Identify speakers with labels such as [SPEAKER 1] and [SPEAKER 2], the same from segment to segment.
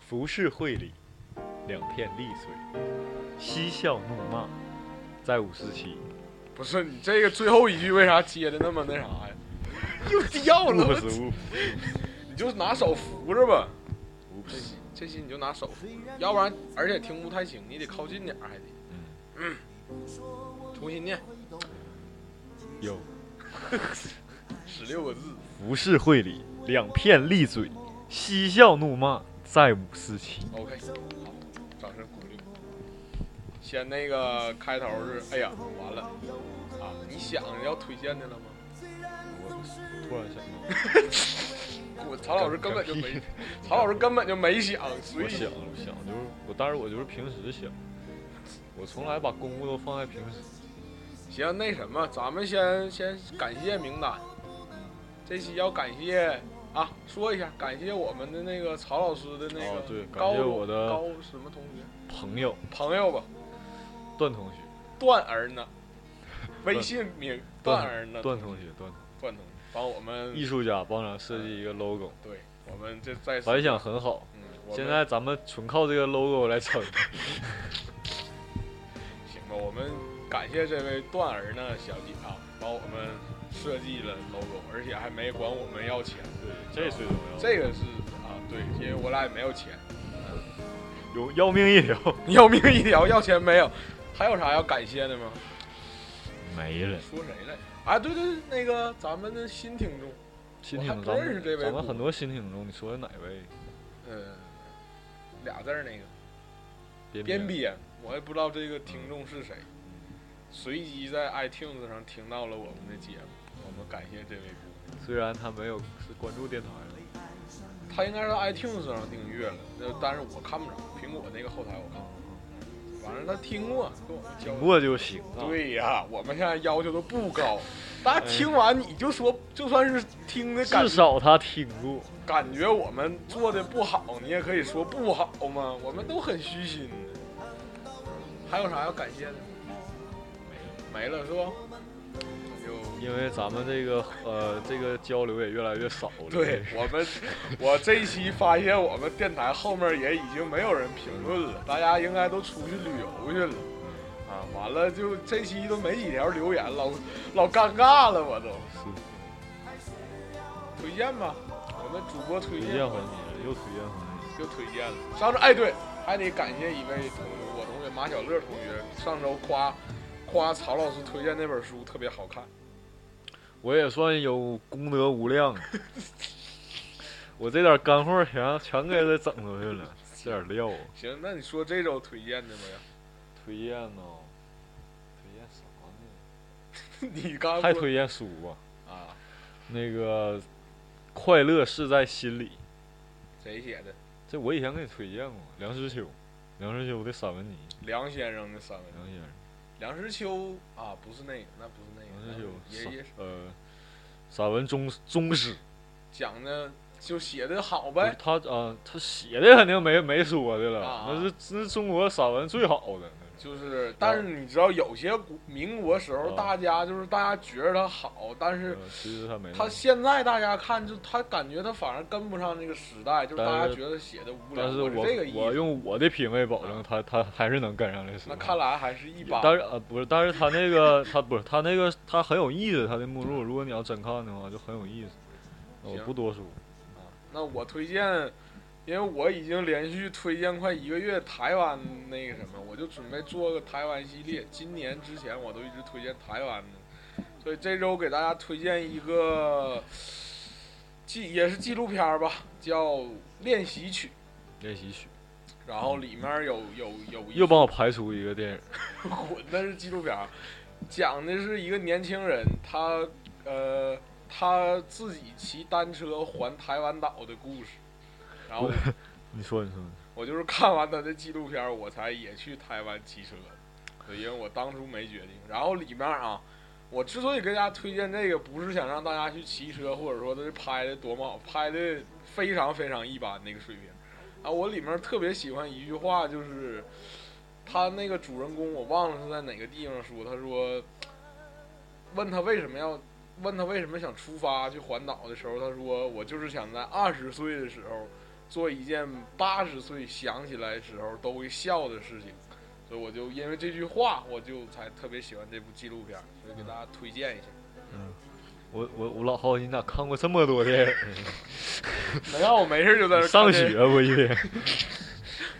[SPEAKER 1] 浮世绘里，两片丽水，嬉笑怒骂，在五十七，
[SPEAKER 2] 不是你这个最后一句为啥接的那么那啥呀？ 又掉了，
[SPEAKER 1] 不
[SPEAKER 2] 我
[SPEAKER 1] 食物，
[SPEAKER 2] 你就拿手扶着吧。
[SPEAKER 1] 无
[SPEAKER 2] 这
[SPEAKER 1] 不
[SPEAKER 2] 期这期你就拿手扶着，要不然而且听不太清，你得靠近点儿还得。嗯，重新念
[SPEAKER 1] 有
[SPEAKER 2] 十六个字，
[SPEAKER 1] 浮世绘里，两片利嘴，嬉笑怒骂，在五四七。
[SPEAKER 2] OK，好，掌声鼓励。先那个开头是，哎呀，完了啊！你想要推荐的了吗？
[SPEAKER 1] 我突然想到，
[SPEAKER 2] 我曹老师根本就没
[SPEAKER 1] 嗝屁，
[SPEAKER 2] 曹老师根本就没想，所以
[SPEAKER 1] 我想我想就是我，但是我就是平时想，我从来把公务都放在平时。
[SPEAKER 2] 行，那什么，咱们先先感谢名单，这期要感谢啊，说一下，感谢我们的那个曹老师的那个
[SPEAKER 1] 哦对感
[SPEAKER 2] 高、
[SPEAKER 1] 谢我的
[SPEAKER 2] 高什么同学
[SPEAKER 1] 朋友
[SPEAKER 2] 朋友吧，
[SPEAKER 1] 段同学，
[SPEAKER 2] 段儿呢，微信名
[SPEAKER 1] 段
[SPEAKER 2] 段儿呢，
[SPEAKER 1] 段同学，段同
[SPEAKER 2] 段同学帮我们
[SPEAKER 1] 学，艺术家帮咱设计一个 logo，
[SPEAKER 2] 对，我们这在
[SPEAKER 1] 反响很好。
[SPEAKER 2] 嗯，我们
[SPEAKER 1] 现在咱们纯靠这个 logo 来撑。
[SPEAKER 2] 行吧，我们感谢这位段儿呢小姐啊，帮我们设计了 logo，而且还没管我们要钱，
[SPEAKER 1] 对，这最重要。
[SPEAKER 2] 这个是啊，对，因为我俩也没有钱，
[SPEAKER 1] 有要命一条，
[SPEAKER 2] 要命一条，要钱没有，还有啥要感谢的吗？
[SPEAKER 1] 没了。
[SPEAKER 2] 说谁来？啊，对对对，那个咱们的新听众，
[SPEAKER 1] 新
[SPEAKER 2] 我还
[SPEAKER 1] 听
[SPEAKER 2] 不
[SPEAKER 1] 众，咱
[SPEAKER 2] 认识这
[SPEAKER 1] 们
[SPEAKER 2] 位
[SPEAKER 1] 咱
[SPEAKER 2] 顾
[SPEAKER 1] 们
[SPEAKER 2] 客
[SPEAKER 1] 很多新听众，你说的哪位？
[SPEAKER 2] 呃，俩字儿那个
[SPEAKER 1] 边
[SPEAKER 2] 边嗯边，我也不知道这个听众是谁，随机在 iTunes 上听到了我们的节目，我们感谢这位姑娘。
[SPEAKER 1] 虽然他没有是关注电台的，
[SPEAKER 2] 他应该是 iTunes 上订阅了，那但是我看不着，苹果那个后台我看不着。反正他嗯听过，跟我们交
[SPEAKER 1] 听
[SPEAKER 2] 流。
[SPEAKER 1] 过就行啊。
[SPEAKER 2] 哎对呀、我们现在要求都不 高，大家听完你就说，就算是听的感
[SPEAKER 1] 至少他听过。
[SPEAKER 2] 感觉我们做的不好，你也可以说不好嘛，我们都很虚心的。还有啥要感谢的？没了是吧？那就
[SPEAKER 1] 因为咱们这个呃这个交流也越来越少了。
[SPEAKER 2] 对我们，我这一期发现我们电台后面也已经没有人评论了，大家应该都出去旅游去了。啊，完了就这期都没几条留言，老老尴尬了，我都。
[SPEAKER 1] 是
[SPEAKER 2] 推荐吧，我们主播推
[SPEAKER 1] 推
[SPEAKER 2] 荐
[SPEAKER 1] 荐环节又推荐环节，
[SPEAKER 2] 又推荐了。上周哎对，还得感谢一位同我同学马小乐同学，上周夸夸曹老师推荐那本书特别好看。
[SPEAKER 1] 我也算有功德无 量。啊我这点干货全全给他整出去了，这点料啊。
[SPEAKER 2] 行，那你说这周推荐的吧？
[SPEAKER 1] 推荐呢？推荐啥呢？
[SPEAKER 2] 你刚
[SPEAKER 1] 还
[SPEAKER 2] 说
[SPEAKER 1] 推荐书啊？
[SPEAKER 2] 啊？
[SPEAKER 1] 那个《快乐是在心里》，
[SPEAKER 2] 谁写的？
[SPEAKER 1] 这我以前给你推荐过，梁实秋，梁实秋的《散文集》，
[SPEAKER 2] 梁先生的三文
[SPEAKER 1] 梁先生，
[SPEAKER 2] 梁实秋啊，不是那个，那不是那个，
[SPEAKER 1] 梁实
[SPEAKER 2] 也
[SPEAKER 1] 秋，
[SPEAKER 2] 也
[SPEAKER 1] 散呃，散文宗宗师，
[SPEAKER 2] 讲的就写的好
[SPEAKER 1] 不是
[SPEAKER 2] 呗。
[SPEAKER 1] 他啊、他写的肯定没没说的了，
[SPEAKER 2] 啊
[SPEAKER 1] 那是那是中国散文最好的，那是
[SPEAKER 2] 就是，但是你知道，有些古民国时候，
[SPEAKER 1] 啊
[SPEAKER 2] 大家就是大家觉得他好，但是
[SPEAKER 1] 呃其实他没那
[SPEAKER 2] 他
[SPEAKER 1] 么
[SPEAKER 2] 现在大家看，就他感觉他反而跟不上这个时代，就是
[SPEAKER 1] 但
[SPEAKER 2] 大家
[SPEAKER 1] 是
[SPEAKER 2] 觉得写的无聊。
[SPEAKER 1] 但是
[SPEAKER 2] 我
[SPEAKER 1] 我
[SPEAKER 2] 这个意
[SPEAKER 1] 我
[SPEAKER 2] 思。
[SPEAKER 1] 用我的品味保证他，他还是能跟上这时
[SPEAKER 2] 那
[SPEAKER 1] 代。
[SPEAKER 2] 看来还是一般。
[SPEAKER 1] 但是呃不是，但是他那个他不是他那个他很有意思，他的目录如果你要真看的话就很有意思。我
[SPEAKER 2] 嗯行
[SPEAKER 1] 不多说，
[SPEAKER 2] 那我推荐，因为我已经连续推荐快一个月台湾那个什么，我就准备做个台湾系列。今年之前我都一直推荐台湾的，所以这周给大家推荐一个纪也是纪录片儿吧，叫《练习曲
[SPEAKER 1] 练习曲》，
[SPEAKER 2] 然后里面有有有一
[SPEAKER 1] 又帮我排除一个电影。
[SPEAKER 2] 滚，那是纪录片儿，讲的是一个年轻人，他呃他自己骑单车环台湾岛的故事，然后。
[SPEAKER 1] 你说你说，
[SPEAKER 2] 我就是看完他的纪录片儿，我才也去台湾骑车的，对因为我当初没决定。然后里面啊，我之所以跟大家推荐这个，不是想让大家去骑车，或者说他是拍的多么好，拍的非常非常一般那个水平。啊，我里面特别喜欢一句话，就是他那个主人公，我忘了是在哪个地方说，他说，问他为什么要。问他为什么想出发去环岛的时候，他说：“我就是想在二十岁的时候做一件八十岁想起来时候都会笑的事情，所以我就因为这句话，我就才特别喜欢这部纪录片，所以给大家推荐一下。
[SPEAKER 1] 我我我老好奇，你咋看过这么多电影？
[SPEAKER 2] 没让 我没事 就在这
[SPEAKER 1] 你
[SPEAKER 2] 儿看
[SPEAKER 1] 上
[SPEAKER 2] 这
[SPEAKER 1] 学不一定。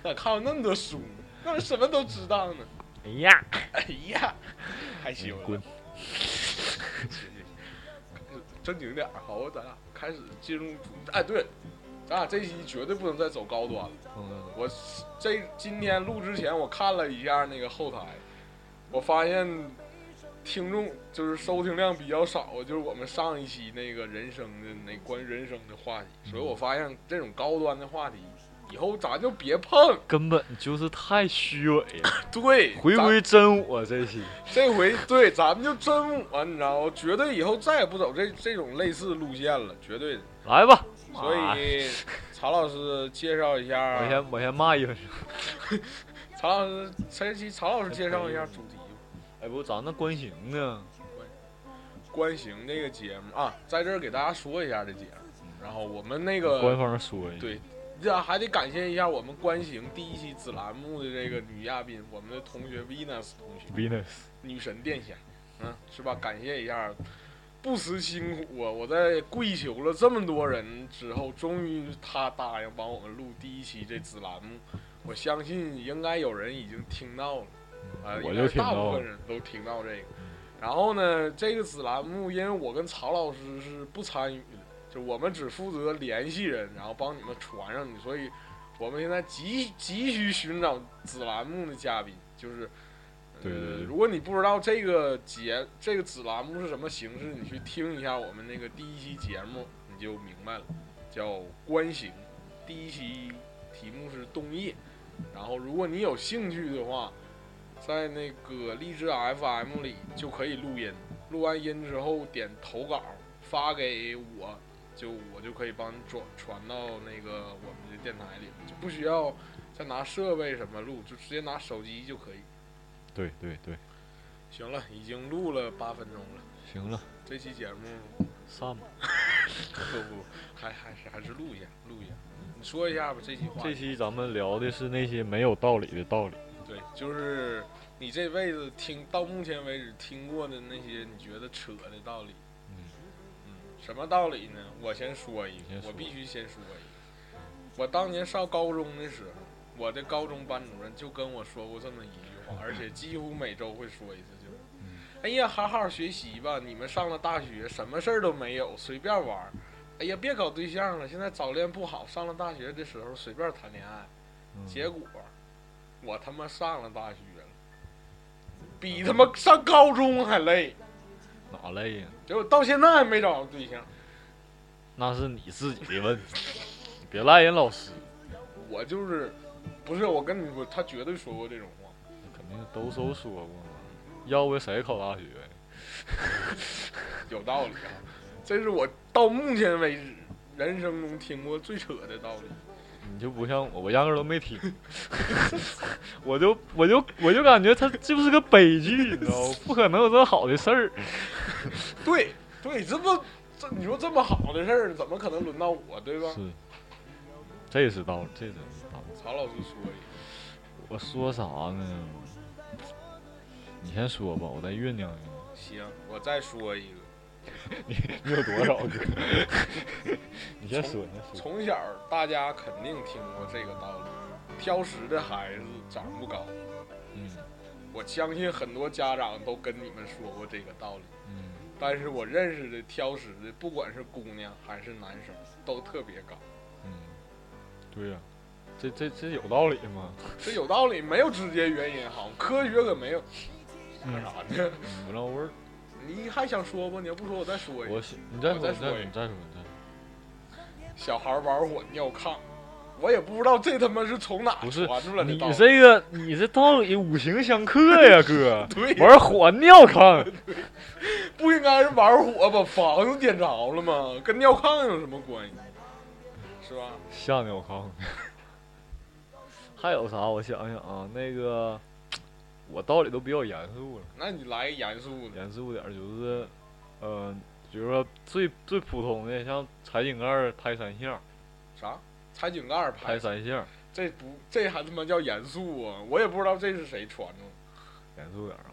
[SPEAKER 2] 咋看了那么多书呢？那什么都知道呢？
[SPEAKER 1] 哎呀，
[SPEAKER 2] 哎呀，还行，
[SPEAKER 1] 滚！
[SPEAKER 2] 正经点儿，好吧，咱俩开始进入主，哎，对，咱俩这期绝对不能再走高端了。
[SPEAKER 1] 嗯，
[SPEAKER 2] 我这今天录之前，我看了一下那个后台，我发现听众就是收听量比较少，就是我们上一期那个人生的那关于人生的话题，所以我发现这种高端的话题，以后咱就别碰。
[SPEAKER 1] 根本就是太虚伪 了。
[SPEAKER 2] 对，
[SPEAKER 1] 回
[SPEAKER 2] 咱
[SPEAKER 1] 归真我这期，
[SPEAKER 2] 这回对，咱们就真我，你知道吗？绝对以后再也不走这这种类似路线了，绝对的。
[SPEAKER 1] 来吧。
[SPEAKER 2] 所
[SPEAKER 1] 妈呀，
[SPEAKER 2] 以，曹老师介绍一
[SPEAKER 1] 我
[SPEAKER 2] 下，
[SPEAKER 1] 先我先骂一分钟。
[SPEAKER 2] 曹老师，这期曹老师介绍一下主题吧。
[SPEAKER 1] 哎，不，咱那观刑呢？
[SPEAKER 2] 观刑这个节目啊，在这儿给大家说一下这节目。然后我们那
[SPEAKER 1] 官
[SPEAKER 2] 个
[SPEAKER 1] 方说一下。
[SPEAKER 2] 对，这还得感谢一下我们观刑第一期子栏目的这个女嘉宾，我们的同学 Venus 同学，
[SPEAKER 1] ，Venus，
[SPEAKER 2] 女神殿下，嗯，是吧？感谢一下，不辞辛苦啊！我在跪求了这么多人之后，终于她答应帮我们录第一期这子栏目。我相信应该有人已经听到了。呃，
[SPEAKER 1] 嗯我
[SPEAKER 2] 应该
[SPEAKER 1] 就是听
[SPEAKER 2] 大
[SPEAKER 1] 到
[SPEAKER 2] 部分
[SPEAKER 1] 了。
[SPEAKER 2] 人都听到这个。然后呢，这个子栏目因为我跟曹老师是不参与的，就我们只负责联系人，然后帮你们传上去，所以我们现在急急需寻找子栏目的嘉宾，就是。
[SPEAKER 1] 对对
[SPEAKER 2] 呃，
[SPEAKER 1] 对
[SPEAKER 2] 如果你不知道这个节这个子栏目是什么形式，你去听一下我们那个第一期节目，你就明白了，叫《观行》，第一期题目是冬夜。然后，如果你有兴趣的话，在那个荔枝 FM 里就可以录音，录完音之后点投稿发给我，就我就可以帮你转传到那个我们的电台里，就不需要再拿设备什么录，就直接拿手机就可以。
[SPEAKER 1] 对对对，
[SPEAKER 2] 行了，已经录了八分钟了，
[SPEAKER 1] 行了，
[SPEAKER 2] 这期节目
[SPEAKER 1] 散吧。
[SPEAKER 2] 不不还还是还是录一下录一下，你说一下吧，这期话
[SPEAKER 1] 这期咱们聊的是那些没有道理的道理。
[SPEAKER 2] 对，就是你这辈子听到目前为止听过的那些你觉得扯的道理，
[SPEAKER 1] 嗯
[SPEAKER 2] 嗯，什么道理呢？我先说一
[SPEAKER 1] 你先
[SPEAKER 2] 个，
[SPEAKER 1] 说
[SPEAKER 2] 我必须先说一个。我当年上高中的时候，我的高中班主任就跟我说过这么一句话，而且几乎每周会说一次，就是
[SPEAKER 1] 嗯，
[SPEAKER 2] 哎呀，好好学习吧，你们上了大学什么事儿都没有，随便玩儿。哎呀，别搞对象了，现在早恋不好，上了大学的时候随便谈恋爱。
[SPEAKER 1] 嗯
[SPEAKER 2] 结果我他妈上了大学了，比他妈上高中还累，
[SPEAKER 1] 哪累呀？
[SPEAKER 2] 结果到现在还没找着对象。
[SPEAKER 1] 那是你自己的问题， 你别赖人老师。
[SPEAKER 2] 我就是，不是我跟你说，他绝对说过这种话。
[SPEAKER 1] 肯定都都说过嘛，要不谁考大学呀？
[SPEAKER 2] 有道理啊，这是我到目前为止人生中听过最扯的道理。
[SPEAKER 1] 你就不像我，我压根儿都没听， 我就我就我就感觉他就是个悲 剧，你知道吗？不可能有这好的事儿。
[SPEAKER 2] 对对，这不这你说这么好的事儿，怎么可能轮到我，对吧？
[SPEAKER 1] 是，这是道理，这真是道理。
[SPEAKER 2] 曹老师说一
[SPEAKER 1] 我说啥呢？你先说吧，我再酝酿酝酿。
[SPEAKER 2] 个，行，我再说一个。
[SPEAKER 1] 你有多少个？ 你先说，你先说。
[SPEAKER 2] 从小大家肯定听过这个道理：挑食的孩子长不高。
[SPEAKER 1] 嗯
[SPEAKER 2] 我相信很多家长都跟你们说过这个道理，
[SPEAKER 1] 嗯，
[SPEAKER 2] 但是我认识的挑食的，不管是姑娘还是男生，都特别高。
[SPEAKER 1] 嗯，对呀、这这这有道理吗？
[SPEAKER 2] 这有道理，没有直接原因，好，科学可没有。
[SPEAKER 1] 嗯
[SPEAKER 2] 干啥呢？
[SPEAKER 1] 不让味儿。
[SPEAKER 2] 你还想说不？你要不说，我再说一个。
[SPEAKER 1] 我是你再
[SPEAKER 2] 我
[SPEAKER 1] 说，
[SPEAKER 2] 再
[SPEAKER 1] 你再
[SPEAKER 2] 说
[SPEAKER 1] 说，你
[SPEAKER 2] 一
[SPEAKER 1] 再说，你再说。
[SPEAKER 2] 小孩玩火尿炕，我也不知道这他妈是从哪
[SPEAKER 1] 不是
[SPEAKER 2] 传出来的
[SPEAKER 1] 你
[SPEAKER 2] 道理。。
[SPEAKER 1] 这个，你这道理五行相克呀，哥
[SPEAKER 2] 对，
[SPEAKER 1] 玩火尿炕，
[SPEAKER 2] 不应该是玩火把房子点着了吗？跟尿炕有什么关系？是吧？
[SPEAKER 1] 吓尿炕。 还有啥？我想想啊，那个我道理都比较严肃了，
[SPEAKER 2] 那你来个严肃的，
[SPEAKER 1] 严肃点儿就是，呃，比如说最最普通的，像财井盖儿抬三下，
[SPEAKER 2] 啥？踩井盖儿
[SPEAKER 1] 拍
[SPEAKER 2] 拍，
[SPEAKER 1] 三下，
[SPEAKER 2] 这不这还他妈叫严肃啊！我也不知道这是谁传的。
[SPEAKER 1] 严肃点儿啊！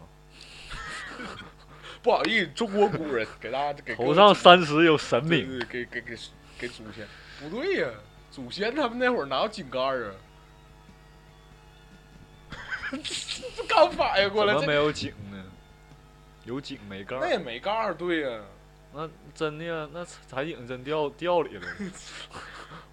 [SPEAKER 2] 不好意思，中国古人给大家给
[SPEAKER 1] 头上三尺有神
[SPEAKER 2] 对
[SPEAKER 1] 明，
[SPEAKER 2] 对给给给给祖先，不对呀、祖先他们那会儿哪有井盖儿啊？ 这刚反应过
[SPEAKER 1] 怎
[SPEAKER 2] 来，
[SPEAKER 1] 么
[SPEAKER 2] 这
[SPEAKER 1] 没有井呢？有井没盖
[SPEAKER 2] 那
[SPEAKER 1] 儿，
[SPEAKER 2] 也没盖儿，对呀、
[SPEAKER 1] 那真的呀那彩井真掉掉里了。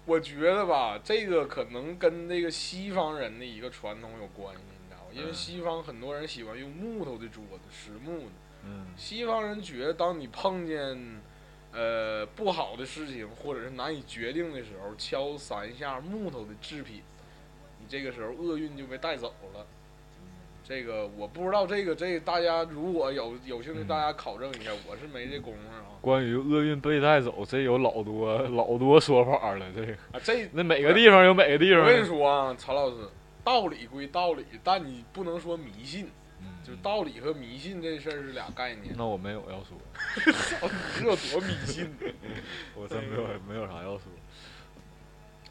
[SPEAKER 2] 我觉得吧，这个可能跟那个西方人的一个传统有关系，你知道吗？因为
[SPEAKER 1] 嗯
[SPEAKER 2] 西方很多人喜欢用木头的桌子，实木的。
[SPEAKER 1] 嗯
[SPEAKER 2] 西方人觉得，当你碰见呃不好的事情，或者是难以决定的时候，敲三下木头的制品，你这个时候厄运就被带走了。这个我不知道，这个这个大家如果有有兴趣，
[SPEAKER 1] 嗯
[SPEAKER 2] 大家考证一下，我是没这功夫啊。
[SPEAKER 1] 关于厄运被带走，这有老多老多说法了。这个，
[SPEAKER 2] 啊，这
[SPEAKER 1] 那每个地方有每个地方
[SPEAKER 2] 我跟你
[SPEAKER 1] 的，
[SPEAKER 2] 说啊，曹老师，道理归道理，但你不能说迷信，
[SPEAKER 1] 嗯
[SPEAKER 2] 就道理和迷信这事儿是俩概念。
[SPEAKER 1] 那我没有要说，
[SPEAKER 2] 操你这有多迷信
[SPEAKER 1] 我真没有没有啥要说。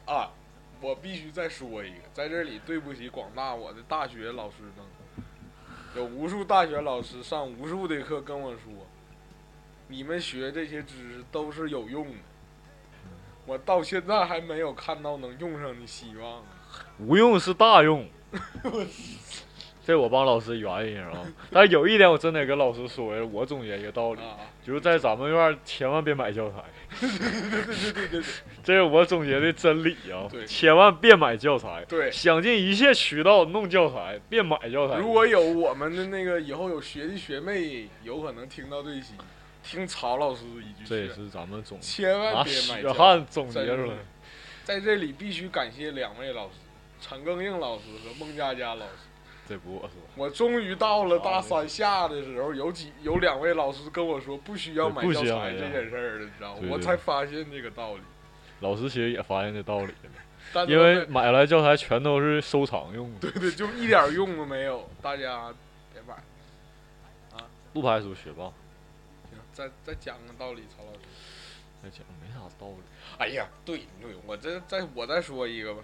[SPEAKER 2] 啊！ 我必须再说一个，在这里对不起广大我的大学老师们，有无数大学老师上无数的课跟我说，你们学这些知识都是有用的，我到现在还没有看到能用上的希望。啊
[SPEAKER 1] 无用是大用。这我帮老师圆一下啊！但有一点我真得跟老师说呀，我总结一个道理，
[SPEAKER 2] 啊，
[SPEAKER 1] 就是在咱们院儿千万别买教材，
[SPEAKER 2] 对对对对对对
[SPEAKER 1] 这是我总结的真理啊
[SPEAKER 2] 对！
[SPEAKER 1] 千万别买教材，
[SPEAKER 2] 对。
[SPEAKER 1] 想尽一切渠道弄教材，别买教材。
[SPEAKER 2] 如果有我们的那个以后有学弟学妹，有可能听到这期，听曹老师一句
[SPEAKER 1] 这也
[SPEAKER 2] 劝，
[SPEAKER 1] 是啊咱们总
[SPEAKER 2] 千
[SPEAKER 1] 拿
[SPEAKER 2] 万别买
[SPEAKER 1] 血
[SPEAKER 2] 教材。
[SPEAKER 1] 汗总结出来。
[SPEAKER 2] 在这里必须感谢两位老师，陈更硬老师和孟佳佳老师。
[SPEAKER 1] 这不我说，
[SPEAKER 2] 我终于到了大
[SPEAKER 1] 啊没事
[SPEAKER 2] 三下的时候，有几有两位老师跟我说不需要买
[SPEAKER 1] 不
[SPEAKER 2] 教
[SPEAKER 1] 需要
[SPEAKER 2] 材
[SPEAKER 1] 买
[SPEAKER 2] 这件事儿了，你知道吗？
[SPEAKER 1] 对对
[SPEAKER 2] 我才发现这个道理。
[SPEAKER 1] 老师其实也发现这道理了，
[SPEAKER 2] 但
[SPEAKER 1] 因为买来教材全都是收藏用的，
[SPEAKER 2] 对对，就一点用都没有，大家别买。
[SPEAKER 1] 不排除学霸。
[SPEAKER 2] 行，再再讲个道理，曹老师。
[SPEAKER 1] 那讲没啥道理。
[SPEAKER 2] 哎呀，对对，我这再我再说一个吧。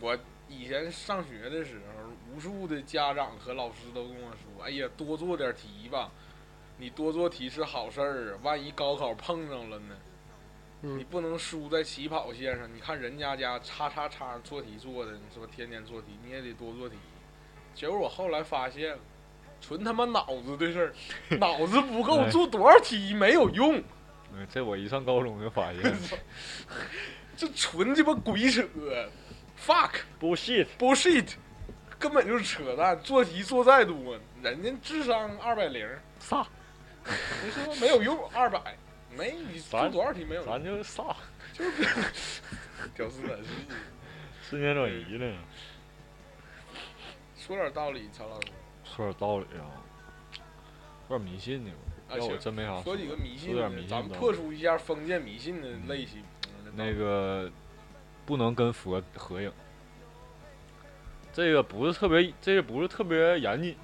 [SPEAKER 2] 我以前上学的时候，无数的家长和老师都跟我说：“哎呀，多做点题吧，你多做题是好事儿，啊万一高考碰上了呢？
[SPEAKER 1] 嗯
[SPEAKER 2] 你不能输在起跑线上。你看人家家叉叉叉做题做的，你说天天做题，你也得多做题。”结果我后来发现，纯他妈脑子的事 儿，脑子不够，
[SPEAKER 1] 哎
[SPEAKER 2] 做多少题没有用。
[SPEAKER 1] 嗯，这我一上高中就发现了
[SPEAKER 2] 这纯鸡巴鬼扯，fuck 啊
[SPEAKER 1] ，bullshit。
[SPEAKER 2] bullshit，根本就是扯淡。做题做再多，人家智商二百零，
[SPEAKER 1] 撒，
[SPEAKER 2] 你说没有用，二百没你做
[SPEAKER 1] 咱
[SPEAKER 2] 多少题没有用，
[SPEAKER 1] 咱就撒，
[SPEAKER 2] 屌丝咱是
[SPEAKER 1] 瞬间转移了。
[SPEAKER 2] 说点道理，曹老师
[SPEAKER 1] 说点道理啊，有点迷信呢。
[SPEAKER 2] 啊
[SPEAKER 1] 要我
[SPEAKER 2] 行
[SPEAKER 1] 真没啥
[SPEAKER 2] 说几个迷信
[SPEAKER 1] 说
[SPEAKER 2] 的
[SPEAKER 1] 点迷，信
[SPEAKER 2] 咱们
[SPEAKER 1] 的嗯
[SPEAKER 2] 破除一下封建迷信的类型。
[SPEAKER 1] 那个不能跟佛合影，这个不是特别，这个不是特别严谨，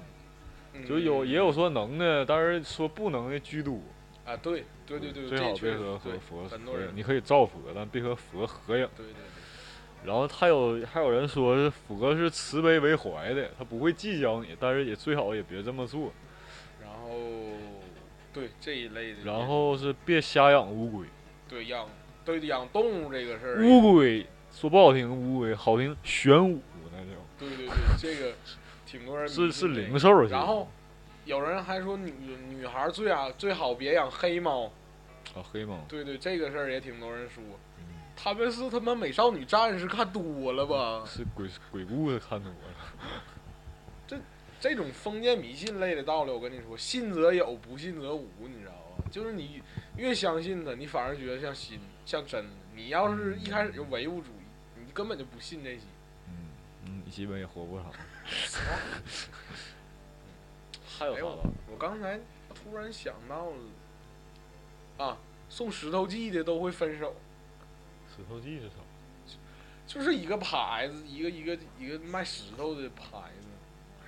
[SPEAKER 2] 嗯
[SPEAKER 1] 就有也有说能的，但是说不能的居多。
[SPEAKER 2] 啊，对对对对，
[SPEAKER 1] 最
[SPEAKER 2] 这
[SPEAKER 1] 好
[SPEAKER 2] 确
[SPEAKER 1] 别
[SPEAKER 2] 实
[SPEAKER 1] 和和
[SPEAKER 2] 对
[SPEAKER 1] 佛
[SPEAKER 2] 很多
[SPEAKER 1] 合影
[SPEAKER 2] 人
[SPEAKER 1] 你可以造佛，但别和佛合影。
[SPEAKER 2] 对对对。
[SPEAKER 1] 然后还有还有人说是佛是慈悲为怀的，他不会计较你，但是也最好也别这么做。
[SPEAKER 2] 然后对这一类的，
[SPEAKER 1] 然后是别瞎养乌龟，
[SPEAKER 2] 对养对养动物这个事儿也，
[SPEAKER 1] 乌龟说不好听，乌龟好听玄武那就
[SPEAKER 2] 对对对，这个挺多人迷
[SPEAKER 1] 是是
[SPEAKER 2] 信这
[SPEAKER 1] 灵
[SPEAKER 2] 个。
[SPEAKER 1] 兽去。
[SPEAKER 2] 然后有人还说女女孩最啊最好别养黑猫，
[SPEAKER 1] 啊黑猫，
[SPEAKER 2] 对对，这个事儿也挺多人说。
[SPEAKER 1] 嗯
[SPEAKER 2] 他们是他妈美少女战士看多了吧？
[SPEAKER 1] 是鬼鬼故事看多了。
[SPEAKER 2] 这种封建迷信类的道理，我跟你说，信则有，不信则无，你知道吧？就是你越相信它，你反而觉得像新像真的。你要是一开始就唯物主义，你根本就不信这些。
[SPEAKER 1] 嗯嗯，基本也活不长。还
[SPEAKER 2] 哎我我刚才突然想到了，啊，送石头记的都会分手，
[SPEAKER 1] 石头记是啥？
[SPEAKER 2] 就是一个牌子，一个一个一个卖石头的牌子，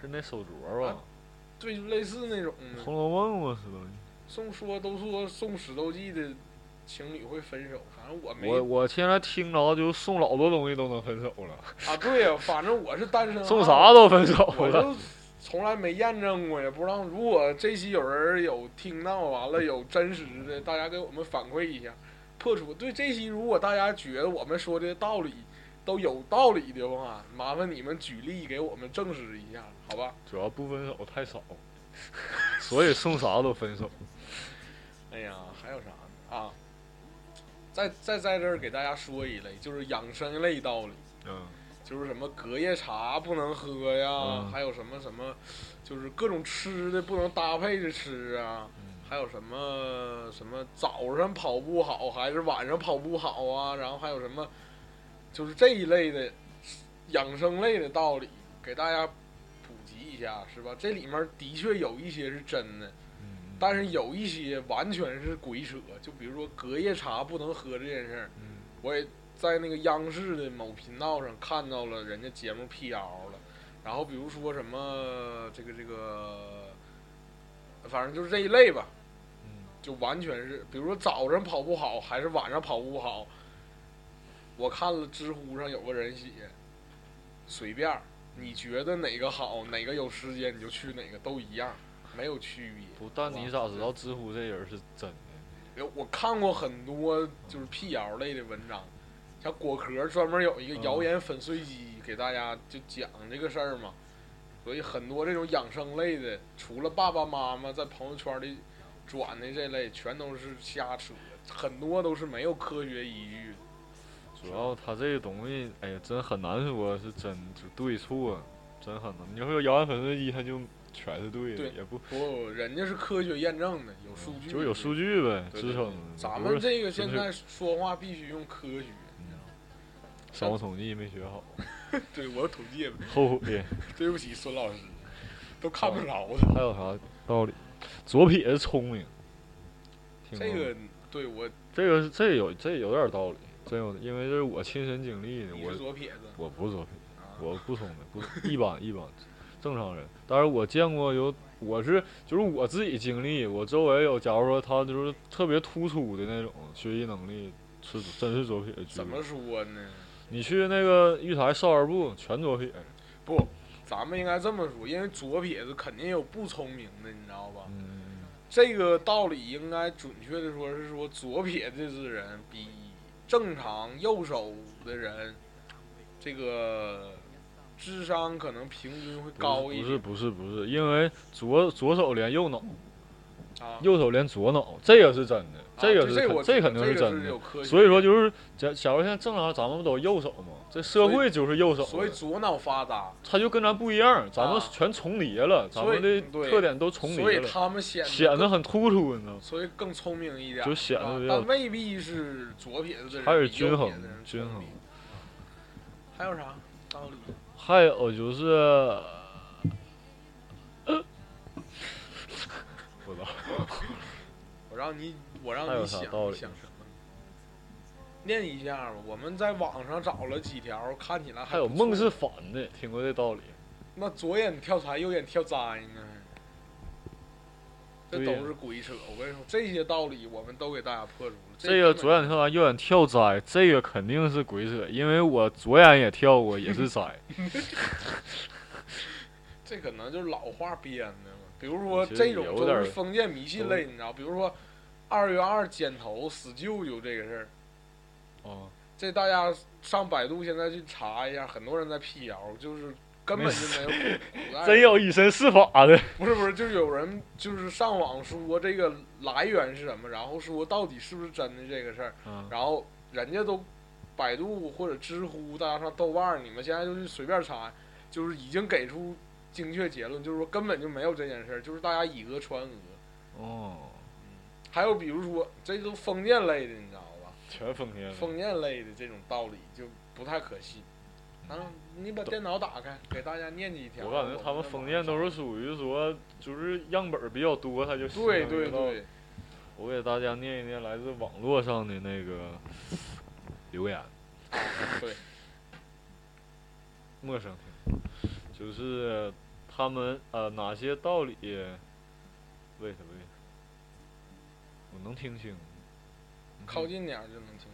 [SPEAKER 1] 是那手镯
[SPEAKER 2] 啊
[SPEAKER 1] 吧？
[SPEAKER 2] 对，就类似那种的
[SPEAKER 1] 《红楼梦》啊，石头记。
[SPEAKER 2] 送说都说送石头记的情侣会分手，反正我没
[SPEAKER 1] 我我现在听着就送老多东西都能分手 了，
[SPEAKER 2] 啊，对呀、反正我是单身。
[SPEAKER 1] 送啥？都分手
[SPEAKER 2] 我
[SPEAKER 1] 了。
[SPEAKER 2] 就从来没验证过，也不知道。如果这期有人有听到，完了有真实的，大家给我们反馈一下，破除对这期，如果大家觉得我们说的道理都有道理的话，麻烦你们举例给我们证实一下，好吧？
[SPEAKER 1] 主要不分手太少，所以送啥都分手。
[SPEAKER 2] 哎呀，还有啥呢啊？再再在这儿给大家说一类，就是养生类道理。
[SPEAKER 1] 嗯，
[SPEAKER 2] 就是什么隔夜茶不能喝呀，
[SPEAKER 1] 嗯
[SPEAKER 2] 还有什么什么，就是各种吃的不能搭配着吃
[SPEAKER 1] 嗯
[SPEAKER 2] 啊，还有什么什么早上跑步好还是晚上跑步好啊，然后还有什么，就是这一类的养生类的道理给大家普及一下，是吧？这里面的确有一些是真的，
[SPEAKER 1] 嗯
[SPEAKER 2] 但是有一些完全是鬼扯，就比如说隔夜茶不能喝这件事儿。
[SPEAKER 1] 嗯
[SPEAKER 2] 我也在那个央视的某频道上看到了人家节目辟谣了，然后比如说什么这个这个，反正就是这一类吧，
[SPEAKER 1] 嗯
[SPEAKER 2] 就完全是，比如说早上跑步好还是晚上跑步好，我看了知乎上有个人写，随便儿，你觉得哪个好，哪个有时间你就去哪个，都一样，没有区别。
[SPEAKER 1] 不，但你咋知道知乎这人是真的？
[SPEAKER 2] 有我看过很多就是辟谣类的文章，像果壳专门有一个
[SPEAKER 1] 嗯
[SPEAKER 2] 谣言粉碎机，给大家就讲这个事儿嘛。所以很多这种养生类的，除了爸爸妈妈在朋友圈里转的这类，全都是瞎扯，很多都是没有科学依据的。
[SPEAKER 1] 主要他这个东西，哎呀，真很难说是真就对错，啊真很难。你要说谣言粉碎机，他就全是对的，
[SPEAKER 2] 对
[SPEAKER 1] 也不
[SPEAKER 2] 不，人家是科学验证的，有数据，
[SPEAKER 1] 嗯就是有数据呗
[SPEAKER 2] 对
[SPEAKER 1] 支撑的。
[SPEAKER 2] 咱
[SPEAKER 1] 不
[SPEAKER 2] 们
[SPEAKER 1] 是
[SPEAKER 2] 这个
[SPEAKER 1] 纯
[SPEAKER 2] 现
[SPEAKER 1] 粹
[SPEAKER 2] 在说话必须用科学，你知道吗？
[SPEAKER 1] 生物统计没学 好，
[SPEAKER 2] 对我统计也没，
[SPEAKER 1] 后悔。
[SPEAKER 2] 对不起孙老师，都看不着的。
[SPEAKER 1] 还有啥道理？左撇子聪明，听
[SPEAKER 2] 这
[SPEAKER 1] 过吗
[SPEAKER 2] 个对我
[SPEAKER 1] 这个是这有这有点道理，真有，因为这是我亲身经历的。
[SPEAKER 2] 你
[SPEAKER 1] 我
[SPEAKER 2] 是左撇子，
[SPEAKER 1] 我不是左撇子，
[SPEAKER 2] 啊
[SPEAKER 1] 我不聪明，不一般一般，正常人。但是我见过有，我是就是我自己经历，我周围有，假如说他就是特别突出的那种学习能力，是真是嗯左撇子居
[SPEAKER 2] 怎
[SPEAKER 1] 多
[SPEAKER 2] 么。说呢？
[SPEAKER 1] 你去那个育才少儿啊部，全左撇子。
[SPEAKER 2] 不，咱们应该这么说，因为左撇子肯定有不聪明的，你知道吧？
[SPEAKER 1] 嗯，
[SPEAKER 2] 这个道理应该准确的说是说左撇子的人比正常右手的人，这个智商可能平均会高
[SPEAKER 1] 不
[SPEAKER 2] 一
[SPEAKER 1] 是
[SPEAKER 2] 点
[SPEAKER 1] 不是不是，因为左左手连右脑，
[SPEAKER 2] 啊。
[SPEAKER 1] 右手连左脑，这个是真的，这
[SPEAKER 2] 啊
[SPEAKER 1] 个
[SPEAKER 2] 就是这
[SPEAKER 1] 肯
[SPEAKER 2] 我
[SPEAKER 1] 这肯定
[SPEAKER 2] 这个
[SPEAKER 1] 真
[SPEAKER 2] 是
[SPEAKER 1] 的
[SPEAKER 2] 有。科学，
[SPEAKER 1] 所以说就是，假假如现在正常咱们不都右手嘛，这社
[SPEAKER 2] 所以
[SPEAKER 1] 会就是右手
[SPEAKER 2] 所以
[SPEAKER 1] 的，
[SPEAKER 2] 左脑发达，
[SPEAKER 1] 他就跟咱不一样，咱们
[SPEAKER 2] 啊
[SPEAKER 1] 全重叠了，咱
[SPEAKER 2] 所以
[SPEAKER 1] 们的
[SPEAKER 2] 对
[SPEAKER 1] 特点都重
[SPEAKER 2] 所
[SPEAKER 1] 叠
[SPEAKER 2] 以
[SPEAKER 1] 了，
[SPEAKER 2] 他们显
[SPEAKER 1] 显
[SPEAKER 2] 得
[SPEAKER 1] 得很突出，你知道 吗？
[SPEAKER 2] 所以更聪明一点，
[SPEAKER 1] 就显得
[SPEAKER 2] 啊
[SPEAKER 1] 比较
[SPEAKER 2] 但未必是左撇子的人，
[SPEAKER 1] 还是均衡均
[SPEAKER 2] 均
[SPEAKER 1] 衡。
[SPEAKER 2] 还有啥道理？
[SPEAKER 1] 还有就是，呃不知道，
[SPEAKER 2] 我让你，我让
[SPEAKER 1] 还有
[SPEAKER 2] 你
[SPEAKER 1] 啥
[SPEAKER 2] 想，
[SPEAKER 1] 道
[SPEAKER 2] 你
[SPEAKER 1] 理
[SPEAKER 2] 想什么？念一下吧。我们在网上找了几条，看起来
[SPEAKER 1] 还
[SPEAKER 2] 不
[SPEAKER 1] 有梦
[SPEAKER 2] 错
[SPEAKER 1] 是反的，听过这道理？
[SPEAKER 2] 那左眼跳财，右眼跳灾呢？这
[SPEAKER 1] 对呀
[SPEAKER 2] 都是鬼扯！我跟你说，这些道理我们都给大家破除了。
[SPEAKER 1] 这个
[SPEAKER 2] 根本
[SPEAKER 1] 左眼跳完，右眼跳灾，这个肯定是鬼扯，因为我左眼也跳过，也是 灾。
[SPEAKER 2] 这可能就是老话编的嘛。比如说
[SPEAKER 1] 其实
[SPEAKER 2] 这种
[SPEAKER 1] 有
[SPEAKER 2] 都
[SPEAKER 1] 点
[SPEAKER 2] 是
[SPEAKER 1] 儿
[SPEAKER 2] 封建迷信类，你知道？比如说二月二剪头死舅舅这个事儿，
[SPEAKER 1] 哦，
[SPEAKER 2] 这大家上百度现在去查一下，很多人在辟谣，就是根本就没有古代
[SPEAKER 1] 真有以身试法的。
[SPEAKER 2] 不是不是，就是有人就是上网说这个来源是什么，然后说到底是不是真的这个事儿，
[SPEAKER 1] 嗯
[SPEAKER 2] 然后人家都百度或者知乎，大家上豆瓣儿，你们现在就去随便查，就是已经给出精确结论，就是说根本就没有这件事儿，就是大家以讹传讹。
[SPEAKER 1] 哦，
[SPEAKER 2] 还有比如说，这都封建类的，你知道吧？
[SPEAKER 1] 全封建了。
[SPEAKER 2] 封建类的这种道理就不太可信。啊，你把电脑打开，给大家念几条。
[SPEAKER 1] 我感觉他们封建都是属于说，就是样本儿比较多，他就
[SPEAKER 2] 对
[SPEAKER 1] 形成
[SPEAKER 2] 对
[SPEAKER 1] 一个道理
[SPEAKER 2] 对，
[SPEAKER 1] 我给大家念一念来自网络上的那个留言。
[SPEAKER 2] 对。
[SPEAKER 1] 陌生听，就是他们呃哪些道理？为什么？为什么我能听清。
[SPEAKER 2] 靠近点儿就能听。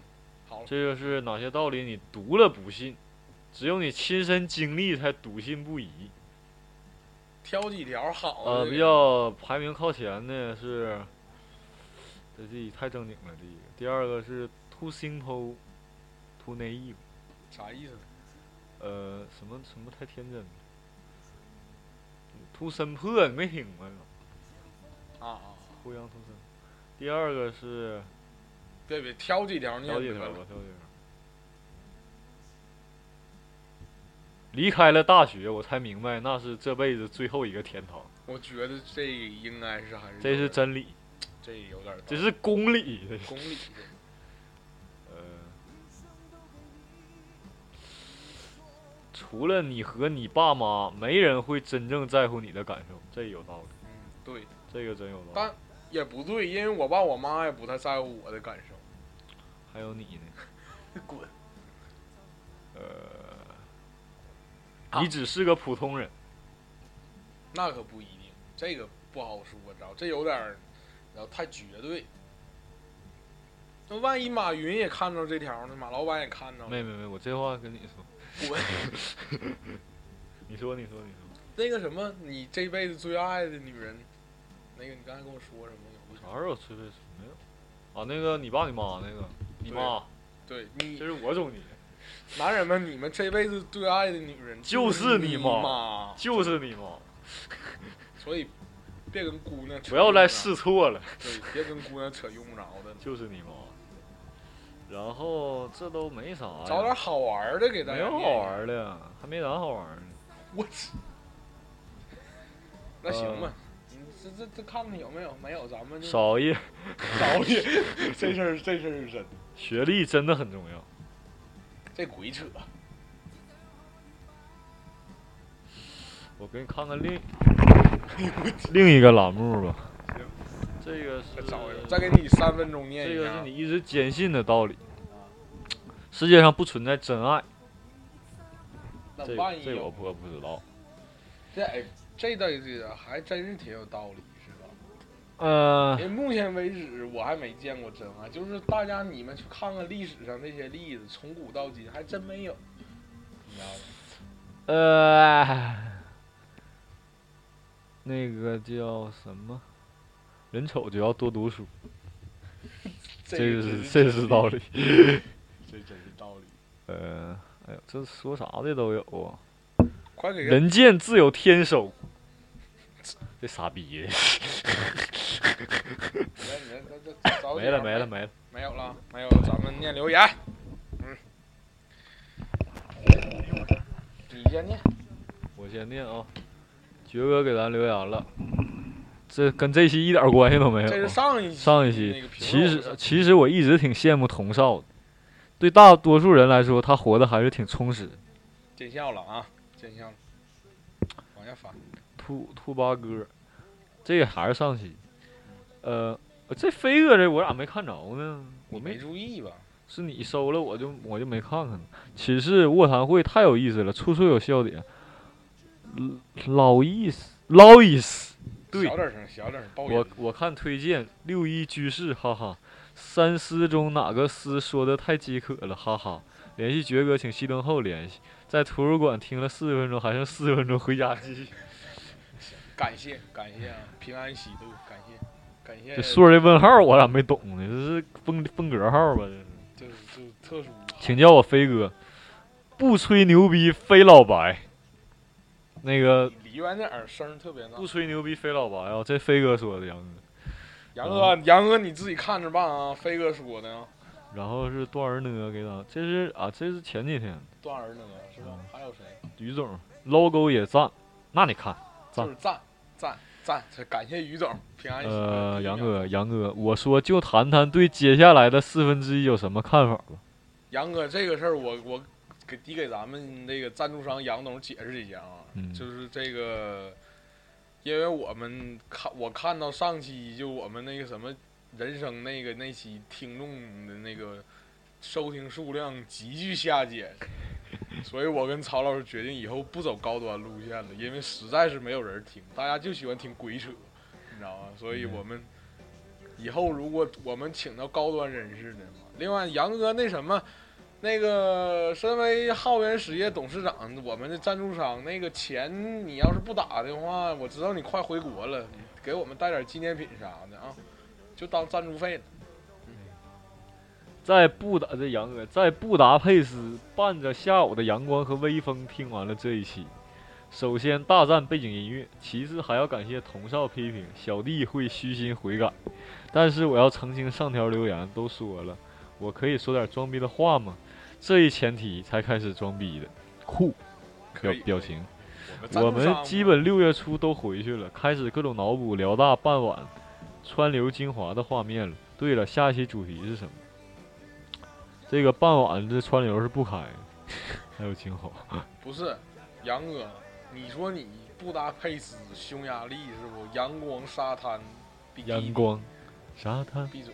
[SPEAKER 2] 好了，
[SPEAKER 1] 这就是哪些道理你读了不信，只有你亲身经历才笃信不疑。
[SPEAKER 2] 挑几条好的。
[SPEAKER 1] 呃，比较排名靠前的是，这这太正经了，第一个，第二个是 Too Simple, Too Naive，
[SPEAKER 2] 啥意思呢？
[SPEAKER 1] 呃，什么什么太天真了，Too Simple 你没听过呀？
[SPEAKER 2] 啊啊！
[SPEAKER 1] 互相 Too Simple。第二个是
[SPEAKER 2] 别别，挑几条念
[SPEAKER 1] 调
[SPEAKER 2] 得
[SPEAKER 1] 几条吧，
[SPEAKER 2] 了。
[SPEAKER 1] 调几条。离开了大学，我才明白那是这辈子最后一个天堂，
[SPEAKER 2] 我觉得这应该是还是
[SPEAKER 1] 这
[SPEAKER 2] 有
[SPEAKER 1] 是
[SPEAKER 2] 点，
[SPEAKER 1] 真理，
[SPEAKER 2] 这有点
[SPEAKER 1] 这是公理，这是。
[SPEAKER 2] 公理的。
[SPEAKER 1] 呃，除了你和你爸妈，没人会真正在乎你的感受，这有道理，
[SPEAKER 2] 嗯，对，
[SPEAKER 1] 这个真有道
[SPEAKER 2] 但
[SPEAKER 1] 理。
[SPEAKER 2] 也不对，因为我爸我妈也不太在乎我的感受。
[SPEAKER 1] 还有你呢，
[SPEAKER 2] 滚！
[SPEAKER 1] 呃，你只是个普通人，
[SPEAKER 2] 那可不一定，这个不好说，知道这有点儿，然后太绝对。那万一马云也看到这条呢？马老板也看到了，
[SPEAKER 1] 没没没，我这话跟你说，
[SPEAKER 2] 滚！
[SPEAKER 1] 你说你说你说，
[SPEAKER 2] 那个什么，你这辈子最爱的女人，那个你刚才跟我说什么？有
[SPEAKER 1] 啥时候催催催没有？啊，那个你爸你妈那个，你妈，
[SPEAKER 2] 对
[SPEAKER 1] 这
[SPEAKER 2] 你
[SPEAKER 1] 是我总结，
[SPEAKER 2] 男人们，你们这辈子最爱的女人
[SPEAKER 1] 就是
[SPEAKER 2] 你
[SPEAKER 1] 你
[SPEAKER 2] 妈，
[SPEAKER 1] 就是你妈，
[SPEAKER 2] 所以别跟姑娘扯
[SPEAKER 1] 不要
[SPEAKER 2] 用
[SPEAKER 1] 再
[SPEAKER 2] 不
[SPEAKER 1] 试错了。
[SPEAKER 2] 着，对，别跟姑娘扯用不着 的，
[SPEAKER 1] 就是你妈。然后这都没啥哎呀，
[SPEAKER 2] 找点好玩儿的给大
[SPEAKER 1] 没
[SPEAKER 2] 家。
[SPEAKER 1] 有好玩，儿的，还没啥好玩儿的。
[SPEAKER 2] 我去。 那行吧，你这这这看看有没有，没有咱们就
[SPEAKER 1] 呃少一
[SPEAKER 2] 找 你。这事儿这事儿是真的，
[SPEAKER 1] 学历真的很重要。
[SPEAKER 2] 这鬼扯。
[SPEAKER 1] 我给你看看另另一个栏目吧
[SPEAKER 2] 行。
[SPEAKER 1] 这个是
[SPEAKER 2] 再找一个，再给你三分钟念
[SPEAKER 1] 呃这
[SPEAKER 2] 一
[SPEAKER 1] 个是
[SPEAKER 2] 下。
[SPEAKER 1] 你一直坚信的道理。世界上不存在真爱，
[SPEAKER 2] 那
[SPEAKER 1] 这
[SPEAKER 2] 万一
[SPEAKER 1] 这
[SPEAKER 2] 有
[SPEAKER 1] 我不我不知道。
[SPEAKER 2] 这哎，这东西啊还真是挺有道理，是吧？
[SPEAKER 1] 呃
[SPEAKER 2] 因，为目前为止我还没见过真爱，就是大家你们去看看历史上那些例子，从古到今还真没有，你知道吧？哎
[SPEAKER 1] 呃，那个叫什么？人丑就要多读书，这
[SPEAKER 2] 个
[SPEAKER 1] 个是
[SPEAKER 2] 真
[SPEAKER 1] 这是道理，。
[SPEAKER 2] 这真是道理。
[SPEAKER 1] 呃，哎呦，这说啥的都有啊。
[SPEAKER 2] 快给个
[SPEAKER 1] 人贱自有天收，这傻逼的
[SPEAKER 2] 你们这这这早
[SPEAKER 1] 没
[SPEAKER 2] 点
[SPEAKER 1] 了没了，没了。
[SPEAKER 2] 没有了没有，咱们念留言。嗯，你先念。
[SPEAKER 1] 我先念啊，爵哥给咱留言了，这跟这期一点关系都没有。
[SPEAKER 2] 这是上一期
[SPEAKER 1] 上一
[SPEAKER 2] 那
[SPEAKER 1] 期
[SPEAKER 2] 个，评
[SPEAKER 1] 其
[SPEAKER 2] 论
[SPEAKER 1] 实其实我一直挺羡慕童少的，对大多数人来说，他活得还是挺充实的。
[SPEAKER 2] 见笑了啊，见笑了，往下翻。
[SPEAKER 1] 兔兔八哥，这个还是上期。呃，这飞哥这我咋没看着呢？我
[SPEAKER 2] 你
[SPEAKER 1] 没
[SPEAKER 2] 没注意吧？
[SPEAKER 1] 是你收了，我就我就没看看了。寝室卧谈会太有意思了，处处有笑点。嗯老意思，老意思。对
[SPEAKER 2] 小点声，小点声，爆音
[SPEAKER 1] 我。我看推荐六一居士，哈哈。三思中哪个思说的太饥渴了，哈哈。联系爵哥，请熄灯后联系。在图书馆听了四十分钟，还剩四十分钟回家继续。
[SPEAKER 2] 感谢感谢啊，平安喜乐，感谢感谢。
[SPEAKER 1] 这说这问号我咋没懂呢？这是风风格号吧？这是。
[SPEAKER 2] 就就特殊。啊
[SPEAKER 1] 请叫我飞哥，不吹牛逼，非老白。那个
[SPEAKER 2] 离远点儿，声儿特别大
[SPEAKER 1] 不。吹牛逼，非老白啊，这飞哥说的杨哥。
[SPEAKER 2] 杨哥，杨哥你自己看着办啊。飞哥说的啊，
[SPEAKER 1] 然后是段儿呢给咱，这是啊，这是前几天
[SPEAKER 2] 段儿那个是吧？还有谁？
[SPEAKER 1] 于总 logo 也赞，那你看，赞
[SPEAKER 2] 就是赞赞赞，这感谢于总，平安喜乐。
[SPEAKER 1] 呃，
[SPEAKER 2] 第一
[SPEAKER 1] 杨
[SPEAKER 2] 秒，
[SPEAKER 1] 哥，杨哥，我说就谈谈对接下来的四分之一有什么看法吧。
[SPEAKER 2] 杨哥这个事儿，我我给得给咱们这个赞助商杨总解释一下啊。
[SPEAKER 1] 嗯，
[SPEAKER 2] 就是这个，因为我们看我看到上期就我们那个什么人生那个那期听众的那个收听数量急剧下减， 所以我跟曹老师决定以后不走高端路线了，因为实在是没有人听，大家就喜欢听鬼扯，你知道吗？所以我们。以后如果我们请到高端人士呢？另外，杨哥那什么，那个身为浩源实业董事长，我们的赞助商，那个钱你要是不打的话，我知道你快回国了，你给我们带点纪念品啥的啊，就当赞助费了。
[SPEAKER 1] 在布达这杨哥在布达佩斯伴着下午的阳光和微风，听完了这一期。首先大赞背景音乐，其次还要感谢童少批评，小弟会虚心悔改。但是我要澄清上条留言都说了，我可以说点装逼的话吗？这一前提才开始装逼的，酷
[SPEAKER 2] 可
[SPEAKER 1] 表
[SPEAKER 2] 以，
[SPEAKER 1] 表情。
[SPEAKER 2] 可以
[SPEAKER 1] 我
[SPEAKER 2] 我们赞助
[SPEAKER 1] 们
[SPEAKER 2] 商
[SPEAKER 1] 基本六月初都回去了，开始各种脑补辽大傍晚川流精华的画面了。对了，下一期主题是什么？这个傍晚这川流是不开的，还有精华。
[SPEAKER 2] 不是杨哥，你说你布达佩斯匈牙利是不？阳光沙滩，比基尼
[SPEAKER 1] 阳光、沙滩、
[SPEAKER 2] 闭嘴。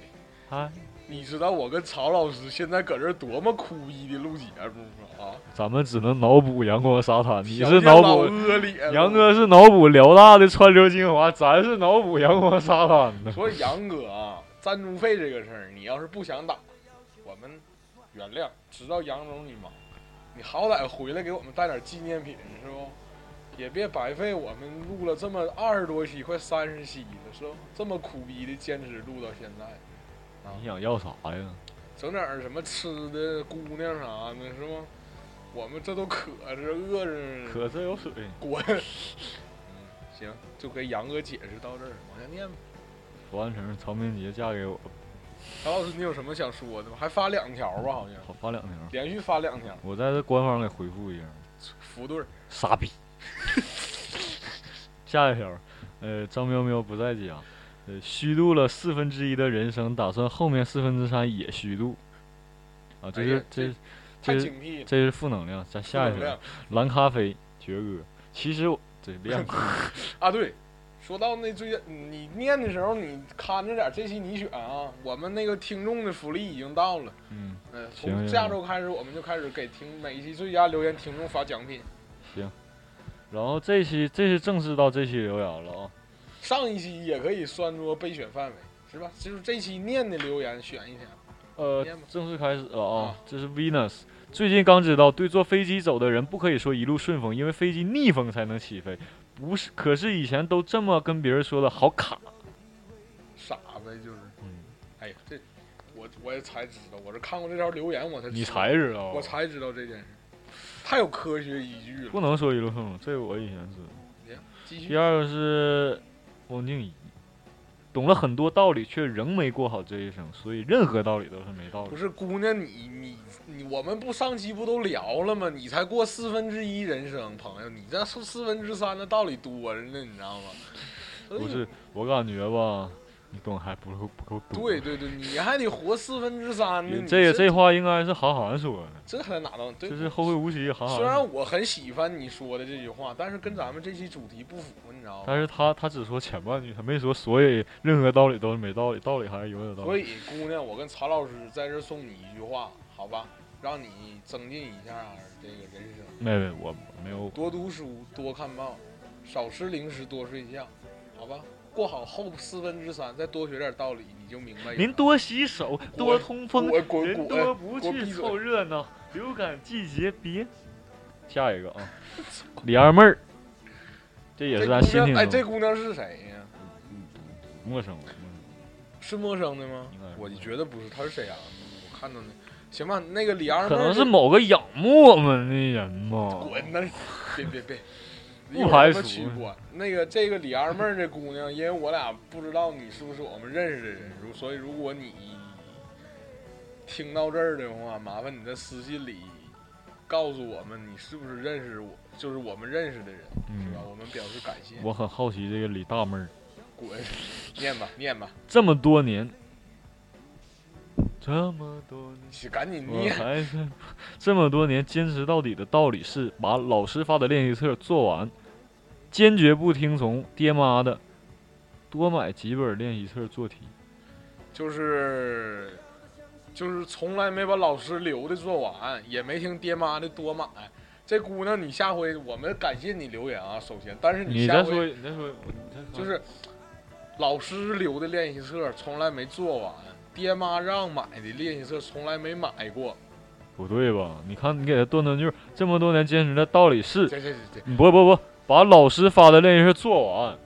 [SPEAKER 1] 嗨，
[SPEAKER 2] 你知道我跟曹老师现在搁这儿多么苦逼的录节目吗？啊，
[SPEAKER 1] 咱们只能脑补阳光沙滩。你
[SPEAKER 2] 小
[SPEAKER 1] 是
[SPEAKER 2] 健
[SPEAKER 1] 脑
[SPEAKER 2] 老
[SPEAKER 1] 补，
[SPEAKER 2] 恶劣了
[SPEAKER 1] 杨。哥是脑补辽大的川流精华，咱是脑补阳光沙滩的。
[SPEAKER 2] 所以杨哥啊，赞助费这个事儿，你要是不想打，我们原谅。知道杨总你忙，你好歹回来给我们带点纪念品是不？也别白费我们录了这么二十多期，快三十期了，是不？这么苦逼的坚持录到现在，啊
[SPEAKER 1] 你，想要啥呀？
[SPEAKER 2] 整点儿什么吃的，姑娘啥的，是不？我们这都渴着饿着，
[SPEAKER 1] 可这有水。
[SPEAKER 2] 滚。嗯，行，就给杨哥解释到这儿，往下念吧。
[SPEAKER 1] 罗安城，曹明杰嫁给我，
[SPEAKER 2] 曹老师，你有什么想说的吗？还发两条吧，好像
[SPEAKER 1] 好发两条。
[SPEAKER 2] 连续发两条，
[SPEAKER 1] 我在这官方给回复一下，
[SPEAKER 2] 福对儿。
[SPEAKER 1] 傻逼。 下一条，呃，张喵喵不在家，呃，虚度了四分之一的人生，打算后面四分之三也虚度。啊，这
[SPEAKER 2] 哎
[SPEAKER 1] 是、
[SPEAKER 2] 呀
[SPEAKER 1] 这
[SPEAKER 2] 这
[SPEAKER 1] 是这
[SPEAKER 2] 太
[SPEAKER 1] 是
[SPEAKER 2] 警惕了，
[SPEAKER 1] 这是负能量，咱下一
[SPEAKER 2] 负能
[SPEAKER 1] 条
[SPEAKER 2] 量，
[SPEAKER 1] 蓝咖啡，爵哥。其实我这 亮哥
[SPEAKER 2] 啊！对，说到那最近你念的时候，你看着点儿，这期你选啊。我们那个听众的福利已经到了，
[SPEAKER 1] 嗯，
[SPEAKER 2] 嗯、
[SPEAKER 1] 行
[SPEAKER 2] 从
[SPEAKER 1] 行
[SPEAKER 2] 下周开始，我们就开始给听每一期最佳留言听众发奖品。
[SPEAKER 1] 然后这期这是正式到这期留言了啊，
[SPEAKER 2] 上一期也可以算作备选范围，是吧？就是这期念的留言选一条。
[SPEAKER 1] 呃
[SPEAKER 2] 念吧，
[SPEAKER 1] 正式开始了啊
[SPEAKER 2] 啊！
[SPEAKER 1] 这是 Venus。最近刚知道，对坐飞机走的人不可以说一路顺风，因为飞机逆风才能起飞。不是，可是以前都这么跟别人说的，好卡。
[SPEAKER 2] 傻呗，就是，
[SPEAKER 1] 嗯
[SPEAKER 2] 哎呀，这我我也才知道，我是看过这条留言我才知道
[SPEAKER 1] 你才知道啊，
[SPEAKER 2] 呃我才知道这件事，太有科学依据了。
[SPEAKER 1] 不能说一路顺风，这我以前知道。
[SPEAKER 2] 嗯继
[SPEAKER 1] 第
[SPEAKER 2] 续，
[SPEAKER 1] 二个是汪静怡，懂了很多道理，却仍没过好这一生，所以任何道理都是没道
[SPEAKER 2] 不
[SPEAKER 1] 理。
[SPEAKER 2] 是姑娘，你你你，我们不上期不都聊了吗？你才过四分之一人生，朋友，你这四四分之三的道理多着呢，你知道吗？所以
[SPEAKER 1] 不是，我感觉吧，你懂还不够不够多。
[SPEAKER 2] 对，对对，你还得活四分之三呢。你
[SPEAKER 1] 这个
[SPEAKER 2] 这
[SPEAKER 1] 这话应该是韩寒说的，
[SPEAKER 2] 这还哪能？对
[SPEAKER 1] 就，是啊后会无期。韩寒
[SPEAKER 2] 虽然我很喜欢你说的这句话，但是跟咱们这期主题不符，你知道吗？
[SPEAKER 1] 但是他他只说前半句，他没说所以任何道理都是没道理，道理还是有点道
[SPEAKER 2] 所
[SPEAKER 1] 理。
[SPEAKER 2] 以，姑娘，我跟曹老师在这儿送你一句话，好吧，让你增进一下这个人生。
[SPEAKER 1] 没没，我没有
[SPEAKER 2] 多读书，多看报，少吃零食，多睡觉，好吧？过好后四分之三，再多学点道理，你就明白。呃
[SPEAKER 1] 您多洗手，多通风，
[SPEAKER 2] 滚滚
[SPEAKER 1] 人
[SPEAKER 2] 滚
[SPEAKER 1] 多不
[SPEAKER 2] 滚
[SPEAKER 1] 去
[SPEAKER 2] 哎闭嘴
[SPEAKER 1] 凑热闹。流感季节别。下一个啊， 李二妹儿，这也
[SPEAKER 2] 这
[SPEAKER 1] 是
[SPEAKER 2] 姑
[SPEAKER 1] 咱新
[SPEAKER 2] 娘，
[SPEAKER 1] 听
[SPEAKER 2] 哎，
[SPEAKER 1] 众
[SPEAKER 2] 这，姑娘是谁呀？
[SPEAKER 1] 陌生，陌生
[SPEAKER 2] 是陌生的吗
[SPEAKER 1] 应该是？
[SPEAKER 2] 我觉得不是，她是沈阳的，我看到那。行吧，那个李二妹
[SPEAKER 1] 可能是
[SPEAKER 2] 这
[SPEAKER 1] 某个仰慕我们的人嘛。
[SPEAKER 2] 滚那，别别别。
[SPEAKER 1] 不排除
[SPEAKER 2] 有什么取关那个这个李二妹儿这姑娘，因为我俩不知道你是不是我们认识的人，如所以如果你听到这儿的话，麻烦你在私信里告诉我们你是不是认识我，就是我们认识的人，是
[SPEAKER 1] 嗯
[SPEAKER 2] 吧？，我们表示感谢。
[SPEAKER 1] 我很好奇这个李大妹儿，
[SPEAKER 2] 滚，念吧念吧，
[SPEAKER 1] 这么多年，这么多年。
[SPEAKER 2] 你赶紧
[SPEAKER 1] 我
[SPEAKER 2] 念。
[SPEAKER 1] 还是这么多年坚持到底的道理是把老师发的练习册做完，坚决不听从爹妈的，多买几本练习册做题。
[SPEAKER 2] 就是就是从来没把老师留的做完，也没听爹妈的多买。这姑娘，你下回我们感谢你留言啊，首先，但是
[SPEAKER 1] 你
[SPEAKER 2] 下
[SPEAKER 1] 再
[SPEAKER 2] 回
[SPEAKER 1] 说，你再说，你再说
[SPEAKER 2] 就是老师留的练习册从来没做完，爹妈让买的练习册从来没买过。
[SPEAKER 1] 不对吧？你看你给他断断句儿，这么多年坚持的道理是，
[SPEAKER 2] 这这这这，
[SPEAKER 1] 你不不不，把老师发的练习册做完，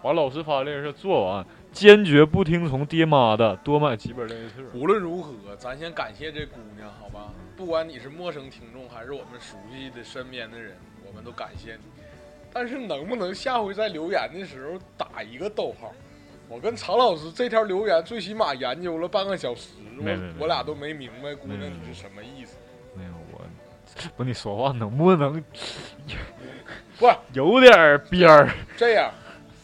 [SPEAKER 1] 把老师发的练习册做完，坚决不听从爹妈的，多买几本练习册。
[SPEAKER 2] 无论如何，咱先感谢这姑娘，好吧？不管你是陌生听众还是我们熟悉的身边的人，我们都感谢你。但是能不能下回在留言的时候打一个逗号？我跟常老师这条留言最起码研究了半个小时，
[SPEAKER 1] 没没没嗯
[SPEAKER 2] 我我俩都没明白姑
[SPEAKER 1] 没
[SPEAKER 2] 娘
[SPEAKER 1] 没
[SPEAKER 2] 你是什么意思。
[SPEAKER 1] 没有我，不，你说话能不能
[SPEAKER 2] 不是
[SPEAKER 1] 有点儿边儿？
[SPEAKER 2] 这样，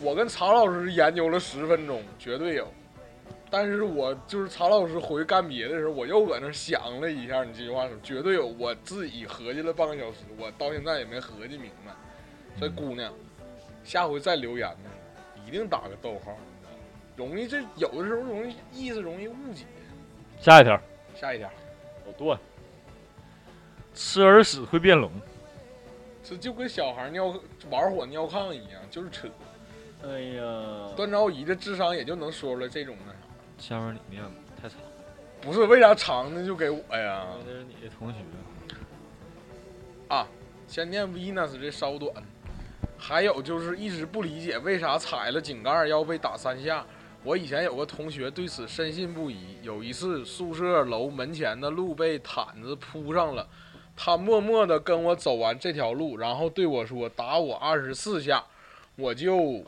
[SPEAKER 2] 我跟常老师研究了十分钟，绝对有。但是我就是常老师回去干别的时候，我又搁那想了一下你这句话是绝对有，我自己合计了半个小时，我到现在也没合计明白。所以姑娘，下回再留言的时候一定打个逗号，你知道吗？容易这有的时候容易意思容易误解。
[SPEAKER 1] 下一条，
[SPEAKER 2] 下一条，
[SPEAKER 1] 我断。吃耳屎会变聋。
[SPEAKER 2] 这就跟小孩尿玩火尿炕一样，就是扯。
[SPEAKER 1] 哎呀，
[SPEAKER 2] 段昭仪的智商也就能说出来这种那啥，
[SPEAKER 1] 下面你念吧，太长了。
[SPEAKER 2] 不是为啥长的就给我呀？
[SPEAKER 1] 那是你的同学。
[SPEAKER 2] 先念 Venus 这稍短，还有就是一直不理解为啥踩了井盖要被打三下。我以前有个同学对此深信不疑。有一次宿舍楼门前的路被毯子铺上了，他默默地跟我走完这条路，然后对我说打我二十四下，我就，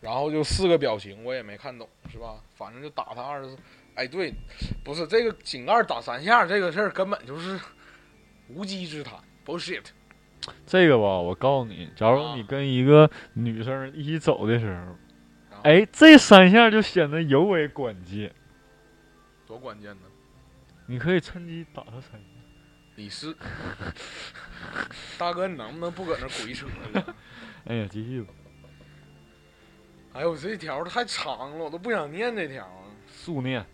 [SPEAKER 2] 然后就四个表情我也没看懂是吧？反正就打他二十四。哎，对，不是这个井盖打三下这个事儿根本就是无稽之谈，bullshit。
[SPEAKER 1] 这个吧，我告诉你，假如
[SPEAKER 2] 啊
[SPEAKER 1] 你跟一个女生一起走的时候，
[SPEAKER 2] 然后
[SPEAKER 1] 哎，这三下就显得尤为关键。
[SPEAKER 2] 多关键呢！
[SPEAKER 1] 你可以趁机打他三下。
[SPEAKER 2] 你是大哥，你能不能不搁那鬼扯了？
[SPEAKER 1] 哎呀，继续吧，
[SPEAKER 2] 哎呦，这条太长了，我都不想念这条啊。
[SPEAKER 1] 速念。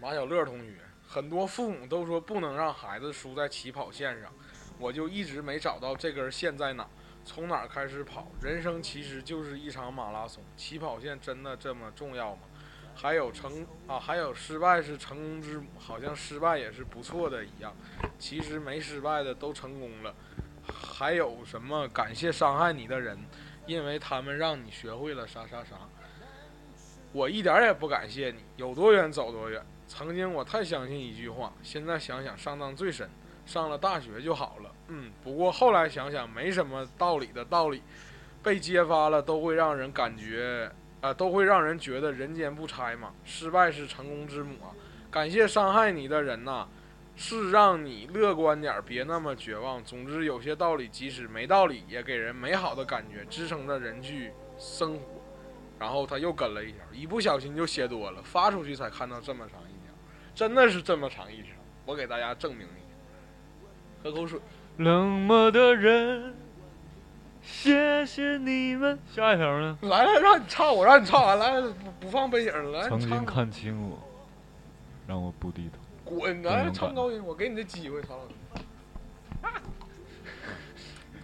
[SPEAKER 2] 马小乐同学，很多父母都说不能让孩子输在起跑线上，我就一直没找到这根线在哪，从哪儿开始跑。人生其实就是一场马拉松，起跑线真的这么重要吗？还有成啊，还有失败是成功之母，好像失败也是不错的一样。其实没失败的都成功了。还有什么感谢伤害你的人，因为他们让你学会了啥啥啥。我一点儿也不感谢你，有多远走多远。曾经我太相信一句话，现在想想上当最深。上了大学就好了，嗯，不过后来想想没什么道理的道理，被揭发了都会让人感觉，啊、都会让人觉得人间不拆嘛，失败是成功之母啊。感谢伤害你的人呐、是让你乐观点儿，别那么绝望。总之，有些道理即使没道理，也给人美好的感觉，支撑着人去生活。然后他又跟了一条，一不小心就写多了，发出去才看到这么长一条，真的是这么长一条。我给大家证明一下，喝口水。
[SPEAKER 1] 冷漠的人，谢谢你们。下一条呢？
[SPEAKER 2] 来来，让你唱，我让你唱完，来不不放背景了，来
[SPEAKER 1] 曾
[SPEAKER 2] 你
[SPEAKER 1] 经
[SPEAKER 2] 哎唱，
[SPEAKER 1] 看清我，让我不低头。勇
[SPEAKER 2] 滚，来
[SPEAKER 1] 敢
[SPEAKER 2] 唱高音，我给你这机会，曹老师。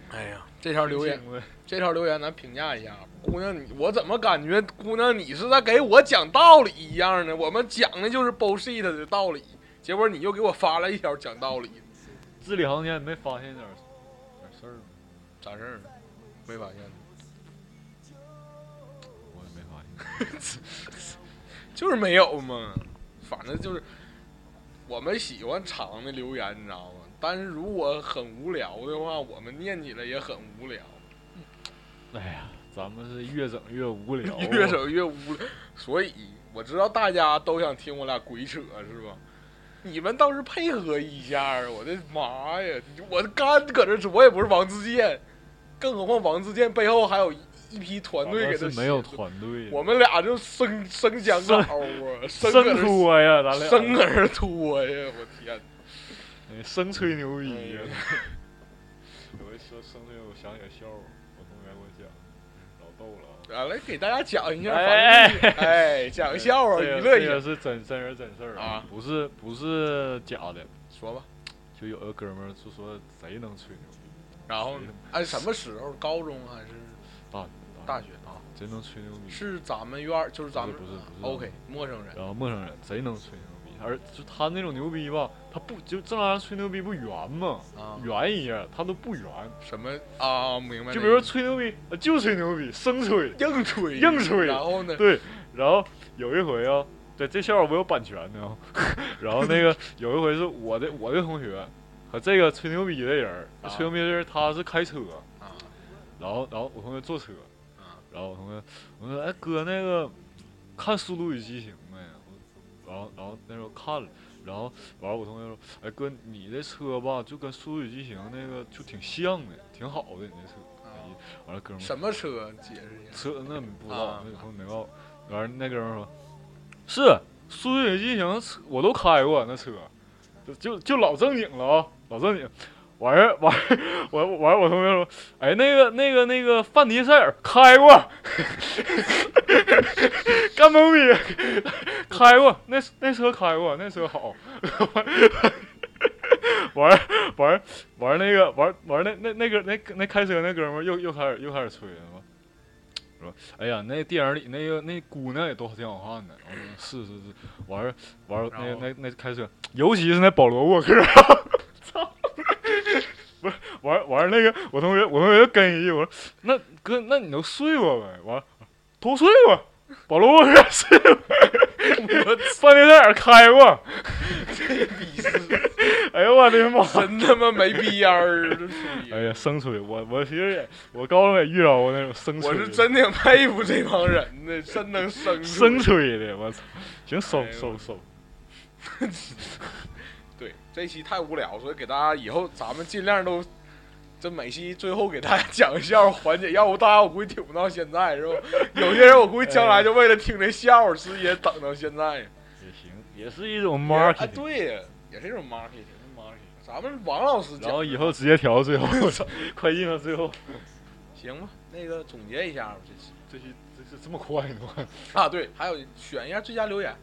[SPEAKER 2] 哎呀，这条留言，这条留言咱评价一下，姑娘你，我怎么感觉姑娘你是在给我讲道理一样呢？我们讲的就是 bullshit 的道理，结果你又给我发了一条讲道理，
[SPEAKER 1] 字里行间没发现点儿点儿事儿吗？
[SPEAKER 2] 咋事儿呢？没发现呢，
[SPEAKER 1] 我也没发现。
[SPEAKER 2] 就是没有嘛。反正就是我们喜欢长的留言，你知道吗？但是如果很无聊的话，我们念起来也很无聊，
[SPEAKER 1] 哎呀，咱们是越整越无聊啊，
[SPEAKER 2] 越整越无聊。所以我知道大家都想听我俩鬼扯，是吧？你们倒是配合一下啊！我的妈呀，我干搁这扯，我也不是王自健，更何况王自健背后还有一一批团
[SPEAKER 1] 咱
[SPEAKER 2] 队
[SPEAKER 1] 们
[SPEAKER 2] 给他
[SPEAKER 1] 啊是没有
[SPEAKER 2] 协助
[SPEAKER 1] 团队的，
[SPEAKER 2] 我们俩就生生相搞啊，生搁
[SPEAKER 1] 生
[SPEAKER 2] 这
[SPEAKER 1] 拖呀，咱俩
[SPEAKER 2] 生儿脱呀！我天，
[SPEAKER 1] 哎生吹牛逼呀
[SPEAKER 2] 哎呀。
[SPEAKER 1] 有一说生吹，我想起个笑话，我同学给我讲，老逗了啊。
[SPEAKER 2] 啊，来给大家讲一下，
[SPEAKER 1] 哎
[SPEAKER 2] 反正就是哎，讲个笑话，
[SPEAKER 1] 这个
[SPEAKER 2] 娱乐一
[SPEAKER 1] 这个
[SPEAKER 2] 下。
[SPEAKER 1] 是真真人真事儿
[SPEAKER 2] 啊
[SPEAKER 1] 不是不是假的。
[SPEAKER 2] 说吧，
[SPEAKER 1] 就有个哥们儿就说贼能吹牛逼，
[SPEAKER 2] 然后
[SPEAKER 1] 谁
[SPEAKER 2] 呢？哎，什么时候？高中还是
[SPEAKER 1] 大学大
[SPEAKER 2] 大学啊，
[SPEAKER 1] 贼能吹牛逼。
[SPEAKER 2] 是咱们院儿，就是咱们
[SPEAKER 1] 不是不是不是
[SPEAKER 2] OK 陌生人，
[SPEAKER 1] 然后陌生人贼能吹牛逼，而就他那种牛逼吧，他不就正常人吹牛逼不圆吗？
[SPEAKER 2] 啊，
[SPEAKER 1] 圆一样，他都不圆。
[SPEAKER 2] 什么啊？明白那意思？
[SPEAKER 1] 就比如说吹牛逼，呃就吹牛逼，生吹。
[SPEAKER 2] 硬吹，
[SPEAKER 1] 硬吹
[SPEAKER 2] 然后呢？
[SPEAKER 1] 对，然后有一回啊，对这笑话我有版权的啊。 然后 那个有一回是我的我的同学和这个吹牛逼的人儿，
[SPEAKER 2] 啊
[SPEAKER 1] 吹牛逼的人他是开车，
[SPEAKER 2] 啊
[SPEAKER 1] 然后然后我同学坐车，
[SPEAKER 2] 啊
[SPEAKER 1] 然后我同学我说哎哥那个看《速度与激情》没？我然后然后那时候看了。然后完了，我同学说：“哎哥，你这车吧，就跟《速度与激情》那个就挺像的，挺好的。你这车。
[SPEAKER 2] 啊！”
[SPEAKER 1] 完了，哥们儿
[SPEAKER 2] 什么车？解释一下。
[SPEAKER 1] 车那不知道
[SPEAKER 2] 啊，
[SPEAKER 1] 那可能没告诉我。完了，那哥们儿说，是《速度与激情》车我都开过那车，就就就老正经了啊、老正经。完事儿完事儿我我完事儿我同学说，哎，那个那个那个范迪塞尔开过， 干懵逼， 开过，那那车开过，那车好。 完儿完儿完儿那个玩玩那那那个那那开车那哥们儿又又开始又开始吹了。说，哎呀，那电影里那个那姑娘也都挺好看的。我说是是是，完事儿完事儿
[SPEAKER 2] 然后
[SPEAKER 1] 那那那开车，尤其是那保罗沃克， 操！不是，完儿完儿那个我同学我同学就跟一句，我说那哥那你都睡过呗？完了都睡过，保罗沃克睡过，范迪塞尔开过。
[SPEAKER 2] 这逼是
[SPEAKER 1] 哎呦我的妈！
[SPEAKER 2] 真他妈没逼烟儿，这属
[SPEAKER 1] 哎
[SPEAKER 2] 于。
[SPEAKER 1] 呀，生吹！我我其实也，我高中也遇到过那种生吹
[SPEAKER 2] 我
[SPEAKER 1] 的，
[SPEAKER 2] 是真挺佩服这帮人的，真能生出
[SPEAKER 1] 生吹的，我操！行，收
[SPEAKER 2] 哎呦
[SPEAKER 1] 收收，
[SPEAKER 2] 对，这期太无聊，所以给大家以后咱们尽量都，这每期最后给大家讲笑话环节，要不大家我估计听不到现在是吧？有些人我估计将来就为了听这笑话，直接等到现在。
[SPEAKER 1] 也行，也是一种
[SPEAKER 2] 哎，
[SPEAKER 1] marketing。
[SPEAKER 2] 对，也是一种 marketing marketing。咱们王老师
[SPEAKER 1] 然后
[SPEAKER 2] 讲
[SPEAKER 1] 以后直接调到 最后，我操，快进到最后，
[SPEAKER 2] 行吧？那个总结一下吧，这期
[SPEAKER 1] 这期这是这么快 呢？我
[SPEAKER 2] 啊，对，还有选一下最佳留言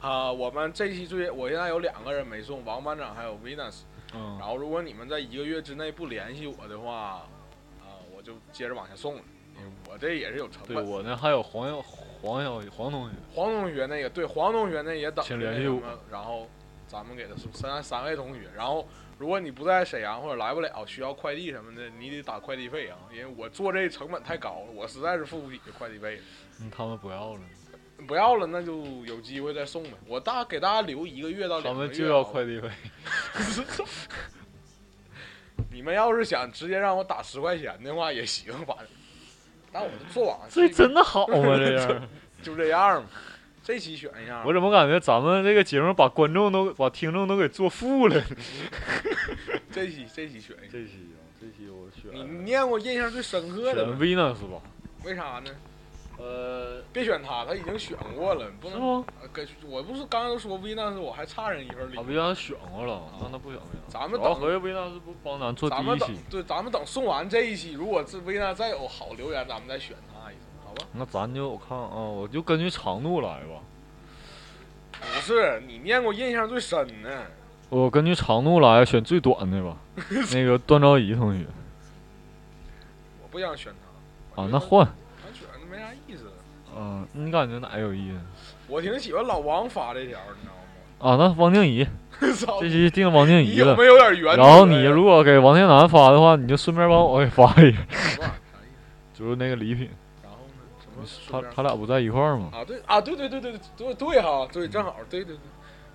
[SPEAKER 2] 啊。我们这期最，我现在有两个人没送，王班长还有 Venus。
[SPEAKER 1] 嗯
[SPEAKER 2] 然，后如果你们在一个月之内不联系我的话，啊、我就接着往下送了。因为我这也是有成
[SPEAKER 1] 对
[SPEAKER 2] 本。
[SPEAKER 1] 我那还有黄耀黄耀黄同学，
[SPEAKER 2] 黄同学那个，对黄同学那也等着
[SPEAKER 1] 请
[SPEAKER 2] 那
[SPEAKER 1] 联系
[SPEAKER 2] 什
[SPEAKER 1] 我
[SPEAKER 2] 么，然后咱们给他送三三位同学。然后如果你不在沈阳或者来不了，需要快递什么的，你得打快递费啊，因为我做这成本太高了，我实在是付不起这快递费了。
[SPEAKER 1] 嗯，他们不要了，
[SPEAKER 2] 不要了，那就有机会再送呗。我大给大家留一个月到
[SPEAKER 1] 他
[SPEAKER 2] 两个月。啊
[SPEAKER 1] 们就要快。递费。
[SPEAKER 2] 你们要是想直接让我打十块钱的话也行，反正，但我就做完。
[SPEAKER 1] 这
[SPEAKER 2] 这
[SPEAKER 1] 真的好吗？这 样，
[SPEAKER 2] 就这样嘛。这期选一下，
[SPEAKER 1] 我怎么感觉咱们这个节目把观众都把听众都给做负了？
[SPEAKER 2] 这期这期选一下。
[SPEAKER 1] 这期啊，这期我选
[SPEAKER 2] 你念过印象最深刻的
[SPEAKER 1] 选
[SPEAKER 2] 吗？
[SPEAKER 1] Venus 吧，
[SPEAKER 2] 为啥呢？
[SPEAKER 1] 呃，
[SPEAKER 2] 别选他，他已经选过了，不
[SPEAKER 1] 是
[SPEAKER 2] 能。
[SPEAKER 1] 吗？
[SPEAKER 2] 呃跟我不是刚刚说 V，但是我还差人一份礼
[SPEAKER 1] 啊，
[SPEAKER 2] 物。
[SPEAKER 1] 维纳斯选过了，让他不选维纳斯。
[SPEAKER 2] 咱们
[SPEAKER 1] 主要
[SPEAKER 2] 等
[SPEAKER 1] 合计维纳斯不帮咱做第
[SPEAKER 2] 咱们
[SPEAKER 1] 一
[SPEAKER 2] 等
[SPEAKER 1] 期，
[SPEAKER 2] 对，咱们等送完这一期，如果这薇娜再有好留言，咱们再选她一次，好吧？
[SPEAKER 1] 那咱就我看啊，我就根据长度来吧。嗯
[SPEAKER 2] 不是，你念过印象最深的，
[SPEAKER 1] 我根据长度来选最短的吧。那个段昭仪同学
[SPEAKER 2] 我不想选她。
[SPEAKER 1] 啊
[SPEAKER 2] 我，
[SPEAKER 1] 那
[SPEAKER 2] 觉得
[SPEAKER 1] 换，
[SPEAKER 2] 她选的没啥意思。
[SPEAKER 1] 嗯、你感觉哪个有意思
[SPEAKER 2] 我挺喜欢老王发这条，你知道吗？
[SPEAKER 1] 啊？那王静怡，
[SPEAKER 2] 操
[SPEAKER 1] 这，期定王静
[SPEAKER 2] 你
[SPEAKER 1] 怡
[SPEAKER 2] 有
[SPEAKER 1] 了。
[SPEAKER 2] 没有点原则呀？
[SPEAKER 1] 然后你如果给王天南发的话，你就顺便帮我给发一个，
[SPEAKER 2] 什么玩意儿啥意思
[SPEAKER 1] 就是那个礼品。
[SPEAKER 2] 然后呢？什么
[SPEAKER 1] 他
[SPEAKER 2] 随便？
[SPEAKER 1] 他俩不在一块儿吗？
[SPEAKER 2] 啊对啊对对对对对对对哈对正好对对对，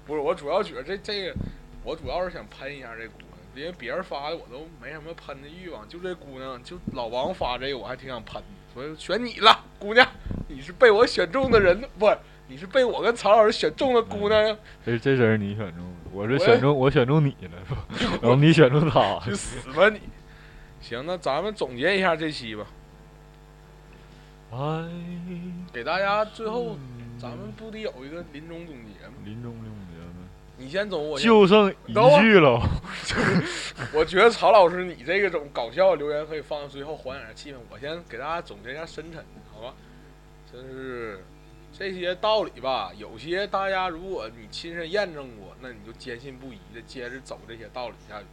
[SPEAKER 2] 不是我主要觉得这这个，我主要是想喷一下这姑娘，因为别人发的我都没什么喷的欲望，就这姑娘就老王发这个我还挺想喷，所以选你了，姑娘，你是被我选中的人，不是你是被我跟曹老师选中的姑娘呀，
[SPEAKER 1] 这这真是你选中的，我是
[SPEAKER 2] 我
[SPEAKER 1] 选中我选中你了，是吧？然后你选中他了，
[SPEAKER 2] 去死吧你！行，那咱们总结一下这期吧，
[SPEAKER 1] 哎，
[SPEAKER 2] 给大家 最后
[SPEAKER 1] 嗯
[SPEAKER 2] 咱们不得有一个临终总结吗？
[SPEAKER 1] 临终总结呗。
[SPEAKER 2] 你先走，我先啊
[SPEAKER 1] 就剩一句了，
[SPEAKER 2] 我觉得曹老师，你这个种搞笑的留言可以放到最后缓解一下气氛。我先给大家总结一下深沉，好吧？就是这些道理吧，有些大家如果你亲身验证过，那你就坚信不疑的接着走这些道理下去。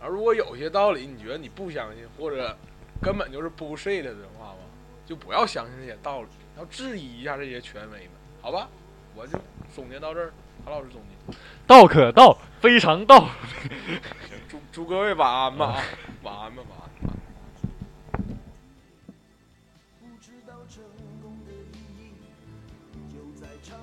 [SPEAKER 2] 而如果有些道理你觉得你不相信，或者根本就是 bullshit 的话吧，就不要相信这些道理，要质疑一下这些权威们，好吧？我就总结到这儿，韩老师总结。
[SPEAKER 1] 道可道，非常道。
[SPEAKER 2] 行，祝祝各位晚安吧啊，晚安吧，晚安。
[SPEAKER 3] 不知道成功的意义，就在嘲